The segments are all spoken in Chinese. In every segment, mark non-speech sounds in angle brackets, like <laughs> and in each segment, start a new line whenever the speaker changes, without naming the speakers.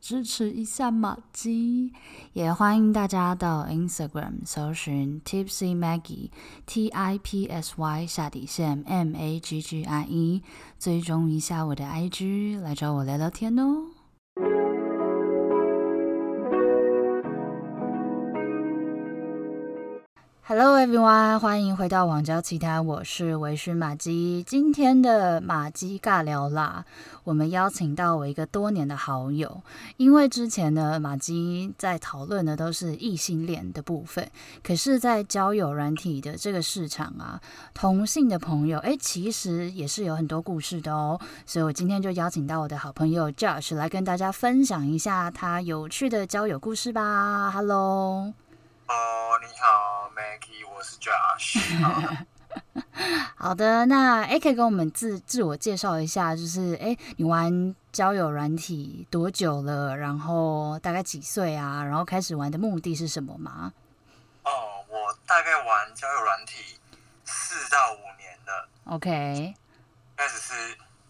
支持一下马基，也欢迎大家到 Instagram 搜寻 Tipsy Maggie T I P S Y 下底线 M A G G I E，追踪一下我的 IG，来找我聊聊天哦。Hello everyone，欢迎回到网交奇谈，我是维醺马基。今天的马基尬聊啦，我们邀请到我一个多年的好友，因为之前呢，马基在讨论的都是异性恋的部分，可是，在交友软体的这个市场啊，同性的朋友，诶，其实也是有很多故事的哦。所以我今天就邀请到我的好朋友 Josh 来跟大家分享一下他有趣的交友故事吧。Hello。
哦，你好，Maggie，我是 Josh。好
好的，那诶，可以跟我们自自我介绍一下，就是诶，你玩交友软体多久了？然后大概几岁啊？然后开始玩的目的是什么吗？
哦，我大概玩交友软体四到五年了，
？OK，
开始是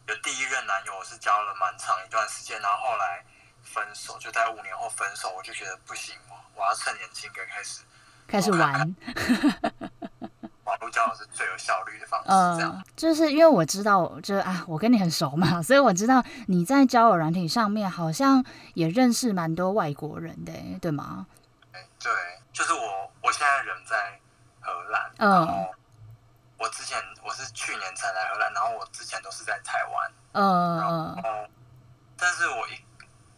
有第一任男友，我是交了蛮长一段时间，然后后来分手，就在五年后分手，我就觉得不行，我我要趁年轻给开始
开始玩，
网络交友是最有效率的方式，这样。
呃，就是因为我知道，就是啊，我跟你很熟嘛，所以我知道你在交友软体上面好像也认识蛮多外国人的欸、对吗？
哎对，就是我，我现在人在荷兰，
嗯
然后我之前我是去年才来荷兰，然后我之前都是在台湾。
呃
哦，但是我一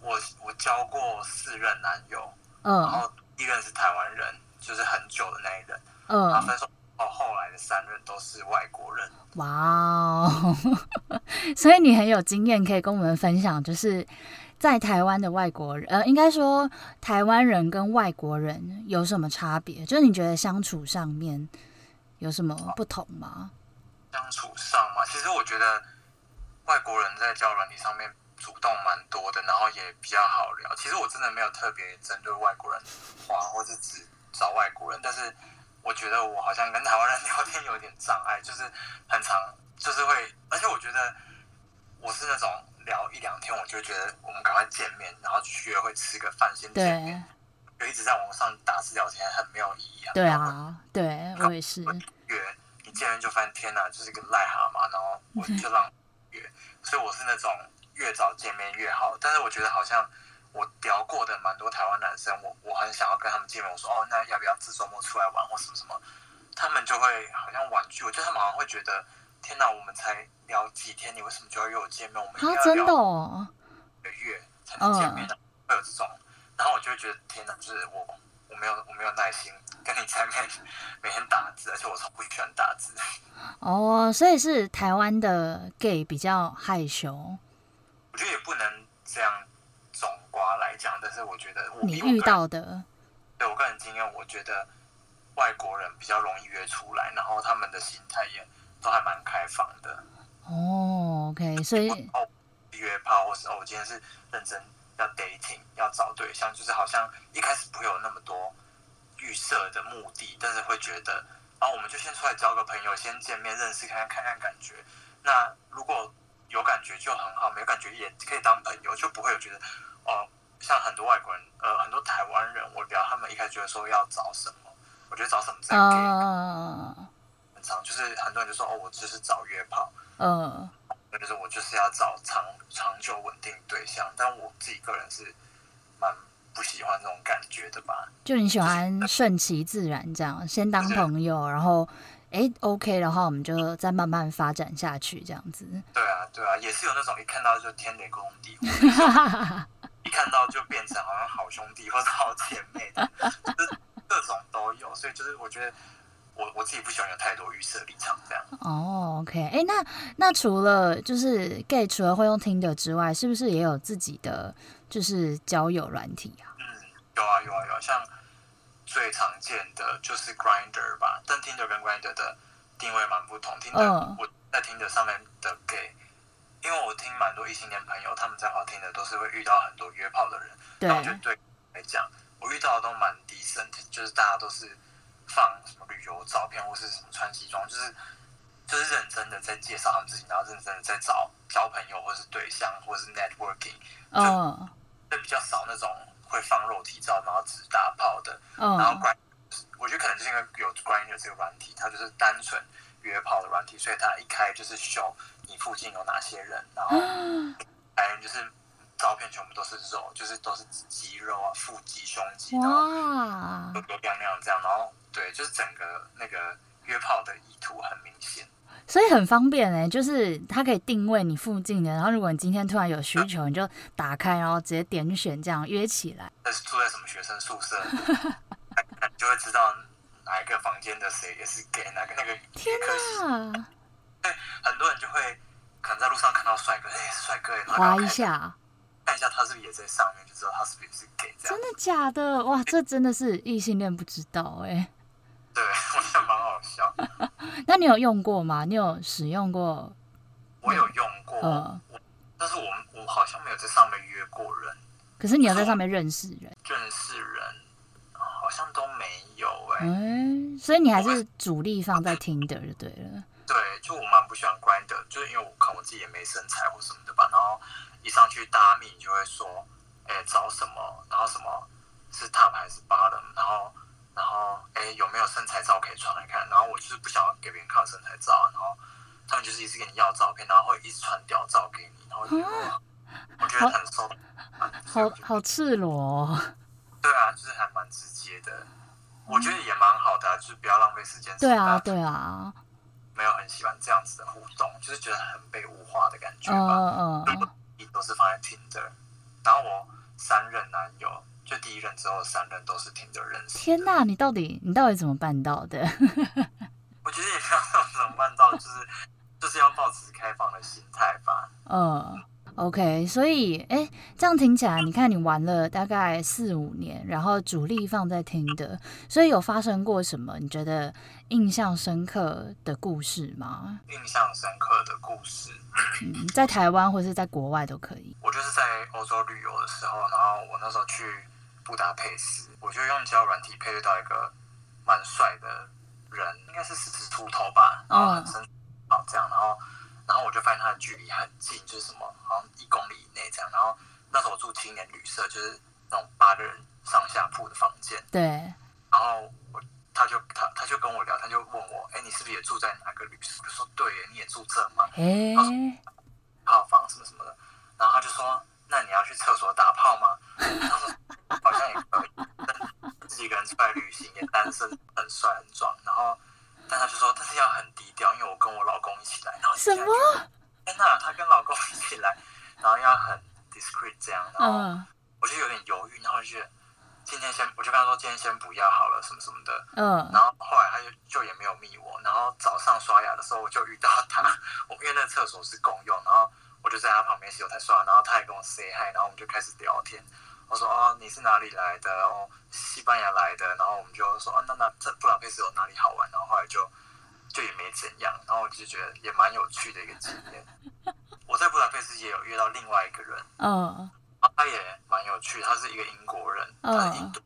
我我交过四任男友，然
呃
后第一任是台湾人，就是很久的那一任，然
呃
后，分手后后来的三任都是外国人。
哇哦！ <laughs> 所以你很有经验，可以跟我们分享，就是在台湾的外国人，呃，应该说台湾人跟外国人有什么差别？就是你觉得相处上面有什么不同吗？
相处上嘛，其实我觉得外国人在交友软体上面主动蛮多的，然后也比较好聊。其实我真的没有特别针对外国人话，或是只找外国人，但是我觉得我好像跟台湾人聊天有点障碍， <laughs> 就是很常就是会，而且我觉得我是那种聊一两天，我就觉得我们赶快见面，然后去约会吃个饭先见面，
对，
就一直在网上打字聊天，很没有意义啊。
对啊，对我也是，啊
月，你见面就发现天哪，就是个癞蛤蟆，然后
嗯
我就让月，所以我是那种越早见面越好。但是我觉得好像我聊过的蛮多台湾男生，我我很想要跟他们见面，我说哦，那要不要这周末出来玩或什么什么，他们就会好像婉拒，我觉得他们好像会觉得天哪，我们才聊几天，你为什么就要约我见面？我们应
啊，
该要
真的
聊
哦，嗯
一个月才能见面，啊会有这种，然后我就会觉得天哪，就是我。我没有，我没有耐心跟你见面， <laughs> 每天打字，而且我超不喜欢打字。
哦，所以是台湾的 gay 比较害羞，
我觉得也不能这样总瓜来讲，但是我觉得我
你
以我个人
遇到的，
对我个人经验，我觉得外国人比较容易约出来，然后他们的心态也都还蛮开放的。
哦，OK，所以
哦，约炮或是哦，我今天是认真要 dating 要找对象，就是好像一开始不会有那么多预设的目的，但是会觉得啊，我们就先出来交个朋友，先见面认识看看看看感觉。那如果有感觉就很好，没有感觉也可以当朋友，就不会有觉得哦，像很多外国人呃，很多台湾人，我聊他们一开始觉得说要找什么，我觉得找什么这个 gay
呃
很常，就是很多人就说哦，我就是找约炮。
呃，
就是我就是要找长长久稳定对象，但我自己个人是蛮不喜欢这种感觉的吧。
就你喜欢顺其自然，这样先当朋友，然后诶 OK 的话，我们就再慢慢发展下去，这样子。
对啊，对啊，也是有那种一看到就天雷勾动地火，一看到就变成好像好兄弟或者好姐妹的，就是各种都有。所以就是我觉得我我自己不喜欢有太多预设立场这样。
哦，OK，诶，那那除了就是 gay 除了会用听的之外，是不是也有自己的就是交友软体啊？
嗯，有啊有啊有啊，像最常见的就是 Grinder 吧，但 Tinder 跟 Grinder 的定位蛮不同。Tinder、
嗯
我在 Tinder 上面的 gay，因为我听蛮多异性恋朋友，他们在滑听的都是会遇到很多约炮的人，
对
那我觉得对来讲，我遇到的都蛮低深的，就是大家都是放什么旅游照片或是什么穿西装，就是就是认真的在介绍他们自己，然后认真的在找交朋友或是对象或是 networking，哦
嗯
就比较少那种会放肉体照然后只打炮的。然后
嗯
关，我觉得可能就是因为有关于这个软体，它就是单纯约炮的软体，所以它一开就是秀你附近有哪些人，然后
啊
白人就是照片全部都是肉，就是都是肌肉啊、腹肌、胸肌，然后
哇
都，都亮亮这样，然后对，就是整个那个约炮的意图很明显。
所以很方便哎、就是它可以定位你附近的，然后如果你今天突然有需求，你就打开，然后直接点选这样约起来。
但是住在什么学生
<laughs>
宿舍，你就会知道哪一个房间的谁也是 gay，哪个那个
天
科系
哪，
很多人就会可能在路上看到帅哥，哎、帅哥耶，然后
划
赶
一
快
下，
看一下他是不是也在上面，就知道他是不是也是 gay 这
真
样。
的假的？哇，这真的是异性恋不知道哎、
对，我觉得蛮好笑。
那你有用过吗？你有使用过？
我有用过，
呃，
但是我们我好像没有在上面约过人，
可是你有在上面认识人，
认识人好像都没有哎、
嗯、所以你还是主力放在听的就对了。
对，就我蛮不喜欢 grind 的，就是因为我看我自己也没身材或什么的吧，然后一上去大家密就会说，哎，找什么，然后什么是 top 还是 bottom，然后然后哎有没有身材照可以传来看，然后我就是不想给别人看我身材照啊，然后他们就是一直跟你要照片，然后会一直传屌照给你，然后我就觉得哇我觉得很受，
啊好好赤裸、哦，
对啊，就是还蛮直接的，我觉得也蛮好的、啊，就是不要浪费时间，
对
大
啊，
家
对啊，
没有很喜欢这样子的互动，就是觉得很被物化的感觉
嗯
吧。
嗯
如果都是放在 Tinder，然后我三任男友，就第一任之后三任都是 Tinder 认识。
天哪，你到底你到底怎么办到的？
我觉得也没有怎么办到，就是 <laughs> 就是要保持开放的心态吧。
嗯，OK，所以哎、诶这样听起来，你看你玩了大概四五年，然后主力放在听的，所以有发生过什么你觉得印象深刻的故事吗？
印象深刻的故事，
嗯，在台湾或是在国外都可以。
我就是在欧洲旅游的时候，然后我那时候去布达佩斯，我就用交友软体配对到一个蛮帅的人，应该是四十出头吧，然后很身好这样，然后然后我就发现他的距离很近，就是什么好像一公里以内这样，然后那时候我住青年旅社，就是那种八个人上下铺的房间，
对，
然后我他就他他就跟我聊，他就问我，哎，你是不是也住在哪个旅社？我就说对耶，你也住这吗？
诶，
泡房什么什么的，然后他就说：“那你要去厕所打炮吗？” <laughs> 然后我说好像也可以，但自己一个人出来旅行也单身，很帅很壮。然后，但他就说：“但是要很低调，因为我跟我老公一起来。”然后
什么？
天哪，她跟老公一起来，然后要很 discreet 这样。然后
嗯
我就有点犹豫，然后我就觉得今天先，我就跟他说今天先不要好了，什么什么的。
嗯
然后后来他就就也没有密我，然后早上刷牙的时候我就遇到他，我因为那个厕所是共用，然后我就在他旁边洗手台刷，然后他也跟我 say hi，然后我们就开始聊天。我说哦，你是哪里来的？哦，西班牙来的。然后我们就说哦，那那这布达佩斯有哪里好玩？然后后来就就也没怎样，然后我就觉得也蛮有趣的一个经验。我在布达佩斯也有遇到另外一个人，
嗯
他也蛮有趣，他是一个英国人，
嗯
他是印度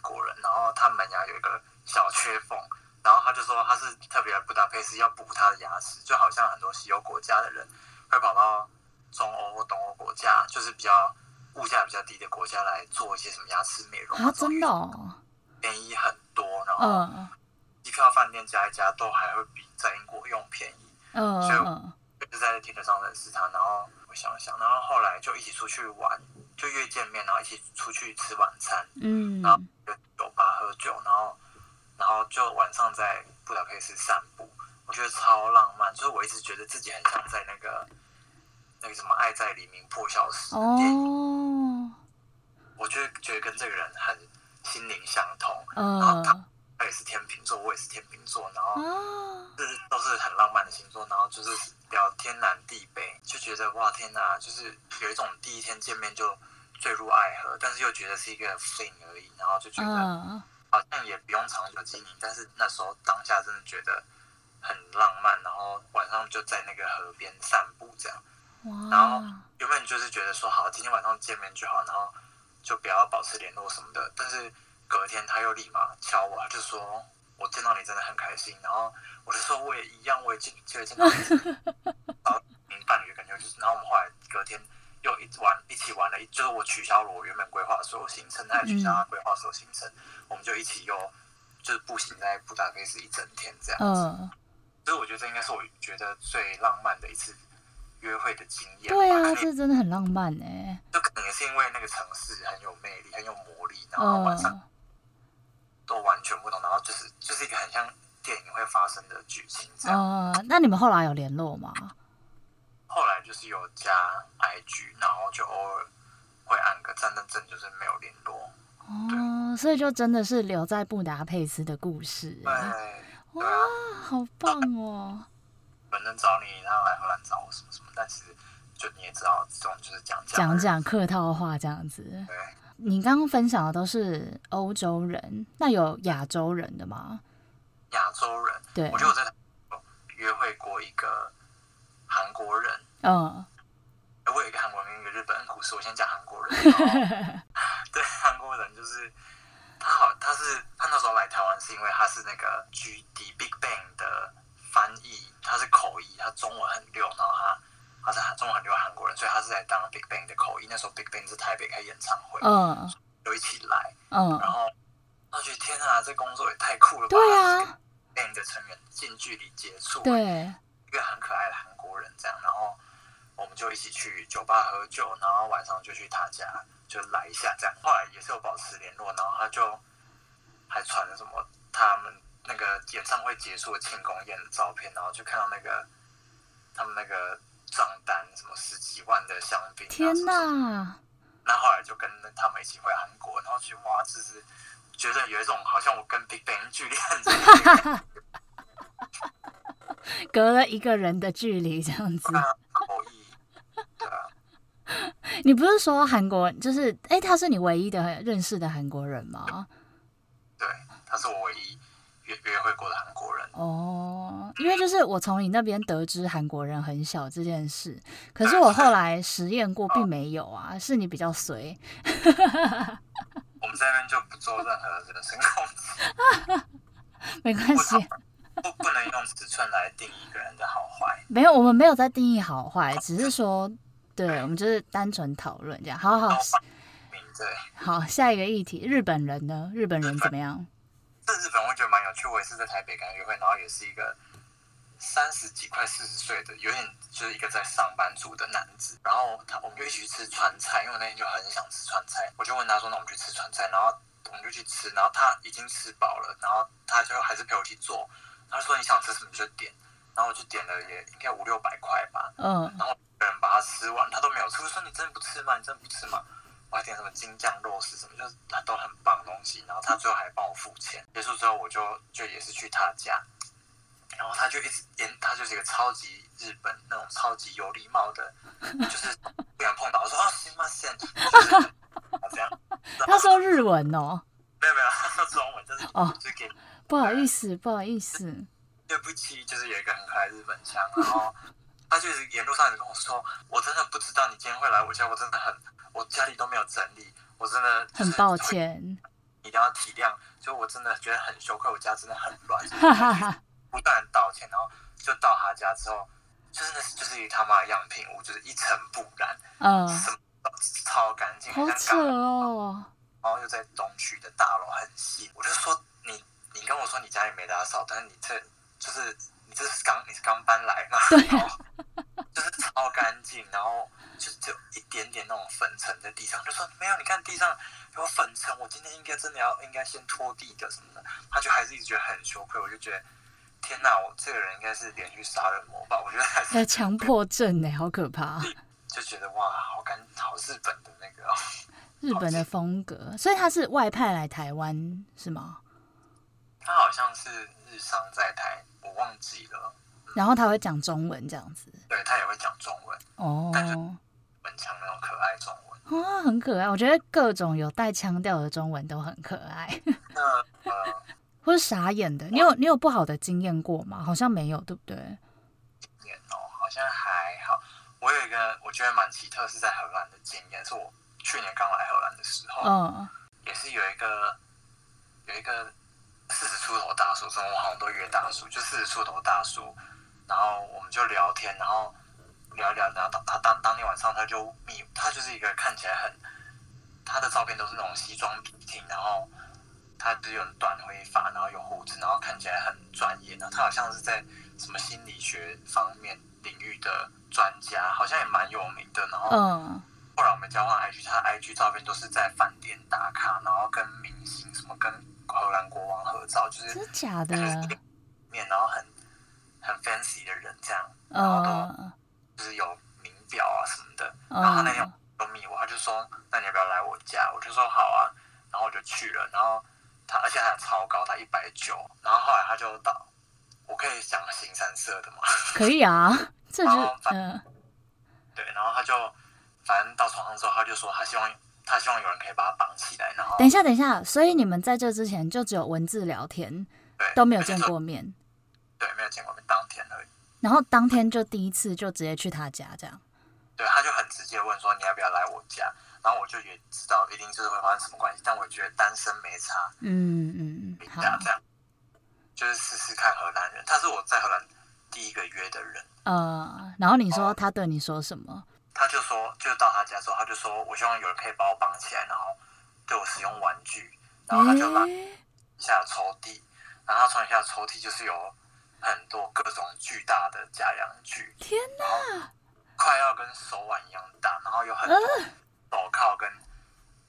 国人，然后他门牙有一个小缺缝，然后他就说他是特别来布达佩斯要补他的牙齿，就好像很多西欧国家的人会跑到中欧或东欧国家，就是比较物价比较低的国家来做一些什么牙齿美容
啊，真的哦，
便宜很多，然后
嗯
机票、饭店加一加都还会比在英国用便宜。
嗯
所以
嗯
就是在听得上认识他，然后我想想，然后后来就一起出去玩，就约见面，然后一起出去吃晚餐，
嗯
然后就酒吧喝酒，然后然后就晚上在布达佩斯散步，我觉得超浪漫，就是我一直觉得自己很像在那个那个什么《爱在黎明破晓时》的电影，
哦，
我就觉得跟这个人很心灵相通，
嗯
他也是天秤座，我也是天秤座，然后
啊，
就是都是很浪漫的星座，然后就是聊天南地北，就觉得哇天哪，就是有一种第一天见面就坠入爱河，但是又觉得是一个 fling 而已，然后就觉得
嗯
好像也不用长久经营，但是那时候当下真的觉得很浪漫，然后晚上就在那个河边散步这样，然
哇
后，原本就是觉得说好，今天晚上见面就好，然后就不要保持联络什么的。但是隔天他又立马敲我，他就说我见到你真的很开心。然后我就说我也一样，我也见就
<laughs>
见到你。然后嗯伴侣感觉就是，然后我们后来隔天又一直玩一起玩了一，就是我取消了我原本规划的所有行程，他也取
嗯
消他规划的所有行程，我们就一起又就是步行在布达佩斯一整天这样子。
嗯，
所以我觉得这应该是我觉得最浪漫的一次约会的经验吧。
对
可
啊，
能
这真的很浪漫哎、
就可能也是因为那个城市很有魅力，很有魔力，然后晚上
嗯，
都完全不同，然后就是就是一个很像电影会发生的剧情这样。
哦，那你们后来有联络吗？
后来就是有加 IG，然后就偶尔会按个赞，但真的就是没有联络。
哦，所以就真的是留在布达佩斯的故事
对
欸、，
对
哇
啊，，
好棒哦！
本人找你，然后来荷兰找我什么什么，但其实就你也知道，这种就是讲讲
讲
而已
讲客套话这样子。
对。
你刚刚分享的都是欧洲人，那有亚洲人的吗？
亚洲人，
对
我，觉得我在台湾有约会过一个韩国人，
嗯，
呃我有一个韩国人跟一个日本人故事，我先讲韩
<laughs>
国人。然后对，韩国人就是他好，他是他那时候来台湾是因为他是那个 G D Big Bang 的翻译，他是口译，他中文很溜，然后他他是韩中文很溜的韩国人，所以他是在当 Big Bang 的口译。那时候 Big Bang 在台北开演唱会，
嗯
就一起来，
嗯，
然后他觉得天啊，这工作也太酷了吧！
对
他是
啊，
跟 Big Bang 的成员近距离接触，
对，
一个很可爱的韩国人这样，然后我们就一起去酒吧喝酒，然后晚上就去他家就来一下这样。后来也是有保持联络，然后他就还传了什么他们那个演唱会结束的庆功宴的照片，然后就看到那个他们那个账单什么十几万的香槟、啊，
天
哪！
哪，
那后来就跟他们一起回韩国，然后就哇，就是觉得有一种好像我跟 Big Bang 距离很近，
隔了一个人的距离这样子。
那口译，啊对啊。
你不是说韩国就是哎、他是你唯一的认识的韩国人吗？
对，他是我唯一约约会过的韩国人。
哦，因为就是我从你那边得知韩国人很小这件事，可是我后来实验过，并没有啊，是你比较随。
我们在那边就不做任何人身攻击，
没关系，
不不能用尺寸来定义一个人的好坏。
<laughs> 没有，我们没有在定义好坏，只是说，对，我们就是单纯讨论这样。好好
然后发明对，
好，下一个议题，日本人呢？日本人怎么样？
这日本我觉得蛮有趣。我也是在台北跟他约会，然后也是一个三十几快四十岁的，有点就是一个在上班族的男子。然后他我们就一起去吃川菜，因为我那天就很想吃川菜，我就问他说：“那我们去吃川菜？”然后我们就去吃，然后他已经吃饱了，然后他就还是陪我去做。他说：“你想吃什么你就点。”然后我就点了也应该五六百块吧，
嗯，
然后一个人把它吃完，他都没有吃。我说你真的不吃吗？你真的不吃吗？我还点什么京酱肉丝什么，就是他都很棒的东西。然后他最后还帮我付钱。结束之后，我就就也是去他家，然后他就一直演，他就是一个超级日本那种超级有礼貌的，就是不想碰到我说啊，行吗？行，就是啊这样。
他说日文哦，
没有没有，他说中文，但是
哦
就是给
不好意思，不好意思，
对不起，就是有一个很可爱的日本腔，啊然后他就是沿路上一直跟我说，我真的不知道你今天会来我家，我真的很，我家里都没有整理，我真的就是
很抱，歉，
一定要体谅，就我真的觉得很羞愧，我家真的很乱，
哈哈哈，
不断的道歉，然后就到他家之后，就是那就是一个他妈的样品屋，就是一尘不染，
嗯，
什么都超干净，
好
很像
扯
刚
哦，
然后又在东区的大楼很新，我就说你你跟我说你家里没打扫，但是你这就是你这是刚你是刚搬来嘛，
对
然后就是超干净，然后就只有一点点那种粉尘在地上，就说没有，你看地上有粉尘，我今天应该真的要应该先拖地的什么的，他就还是一直觉得很羞愧，我就觉得天哪，我这个人应该是连续杀人魔吧，我觉得还
还有
是
<laughs> 强迫症哎，好可怕，
就觉得哇，好干好日本的那个、哦。
日本的风格，所以他是外派来台湾是吗？
他好像是日商在台，我忘记了。
然后他会讲中文这样子，
对他也会讲中文，
哦，
很强那种可爱中文。
啊，很可爱，我觉得各种有带腔调的中文都很可爱。 <laughs>
那呃，
或是傻眼的。你有你有不好的经验过吗？好像没有，对不对？
年哦，好像还好。我有一个个我觉得蛮奇特，是在荷兰的经验，是我去年刚来荷兰的时候，
嗯，
也是有一个有一个四十出头大叔，这种我好像都约大叔，就四十出头大叔，然后我们就聊天，然后聊一聊，然后当他当当天晚上他就密，他就是一个看起来很，他的照片都是那种西装笔挺，然后他只有短灰发，然后有胡子，然后看起来很专业，然后他好像是在什么心理学方面领域的专家，好像也蛮有名的，然后。
嗯，
后来我们交换 IG，他的 IG 照片都是在饭店打卡，然后跟明星什么跟荷兰国王合照，就是
真的假的？啊
面然后很很 fancy 的人这样，然后都
嗯
就是有名表啊什么的。然后他那天
嗯
都密我，他就说那你要不要来我家？我就说好啊，然后我就去了。然后他而且他还超高，他一百九。然后后来他就到，我可以讲新三色的嘛， <laughs>
可以啊，这就
然后反
嗯
对。然后他就反正到床上之后，他就说他希望他希望有人可以把他绑起来，然后
等一下，等一下，所以你们在这之前就只有文字聊天，
对
都没有见，过面，
对，没有见过面，当天而已。
然后当天就第一次就直接去他家这样。
对，他就很直接问说你要不要来我家，然后我就也知道一定就是会发生什么关系，但我觉得单身没差，
嗯嗯嗯，
人
好，
家这样，就是试试看荷兰人，他是我在荷兰第一个约的人，
呃，然后你说他对你说什么？
他就说，就到他家之后，他就说我希望有人可以把我绑起来，然后对我使用玩具，然后他就拉
诶
一下抽屉，然后他从一下抽屉就是有很多各种巨大的假洋具，
天
然后快要跟手腕一样大，然后有很多
嗯
手铐跟、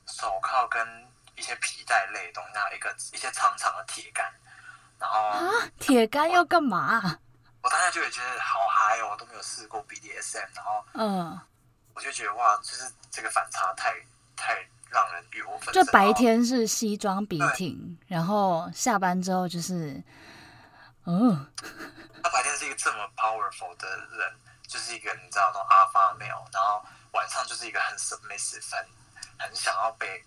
手铐跟一些皮带类的东西，还有一个一些长长的铁杆，然后
啊，铁杆要干嘛啊？
我当下就也觉得好嗨哦，我都没有试过 BDSM，然后
嗯，
我就觉得哇，就是这个反差太太让人欲火焚身。哦
就白
然后
天是西装笔挺，然后下班之后就是，哦，
他白天是一个这么 powerful 的人，就是一个你知道那种 alpha male，然后晚上就是一个很 submissive，很很想要被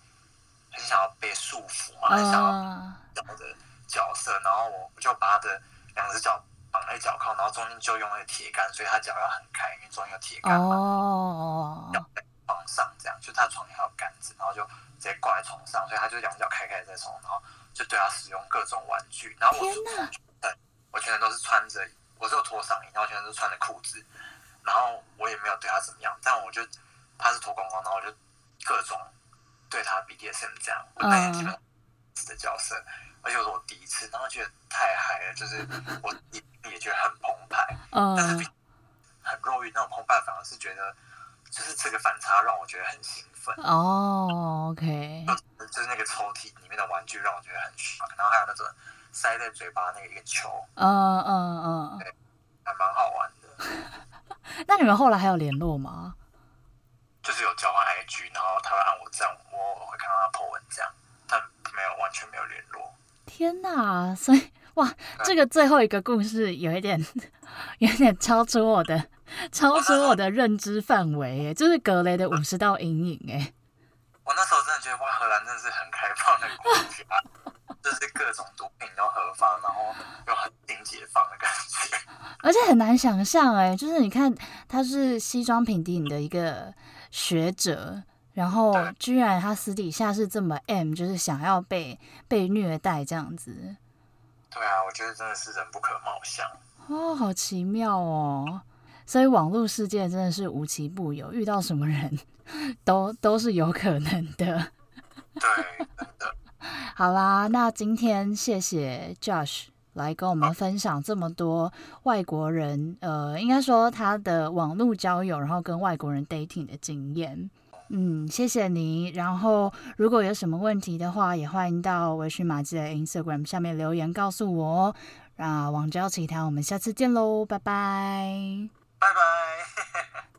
很想要被束缚嘛，很想要
啊，
被搞的角色。然后我就把他的两只脚绑在脚铐，然后中间就用那个铁杆，所以他脚要很开，因为中间有铁杆嘛，
哦，
脚在床上这样，就他床也有杆子，然后就直接挂在床上，所以他就两只脚开开在床，然后就对他使用各种玩具。然后我
天
是
哪
对，我全程都是穿着，我只有脱上衣，然后全程都是穿着裤子，然后我也没有对他怎么样，但我就他是脱光光，然后我就各种对他 BDSM 这样，我那天
嗯
基本上是的角色，而且我是我第一次，然后觉得太嗨了，就是我也也觉得很澎湃。但是
嗯
比很肉欲那种澎湃，反而是觉得就是这个反差让我觉得很兴奋，
哦，OK，
就是那个抽屉里面的玩具让我觉得很爽，然后还有那种塞在嘴巴那个一个球，
嗯嗯嗯，
还蛮好玩的。
那你们后来还有联络吗？
就是有交换 IG，然后他会按我赞，我我会看到他 po 文这样，但没有完全没有联络。
天哪！所以哇，这个最后一个故事有一点， <laughs> 有一点超出我的，超出我的认知范围耶，就是格雷的五十道阴影哎。
我那时候真的觉得哇，荷兰真的是很开放的国家， <laughs> 就是各种毒品都合法，然后又很挺解放的感觉。
而且很难想象哎，就是你看他是西装品顶的一个学者，然后
对
居然他私底下是这么 M，就是想要被被虐待这样子，
对啊，我觉得真的是人不可貌相。
哦，好奇妙哦！所以网络世界真的是无奇不有，遇到什么人 <laughs> 都都是有可能的。
对，真的。
好啦，那今天谢谢 Josh 来跟我们分享这么多外国人，呃，应该说他的网络交友，然后跟外国人 dating 的经验。嗯，谢谢你。然后如果有什么问题的话，也欢迎到微醺马记的 Instagram 下面留言告诉我哦。那网交奇谈，我们下次见喽，拜拜。
拜拜。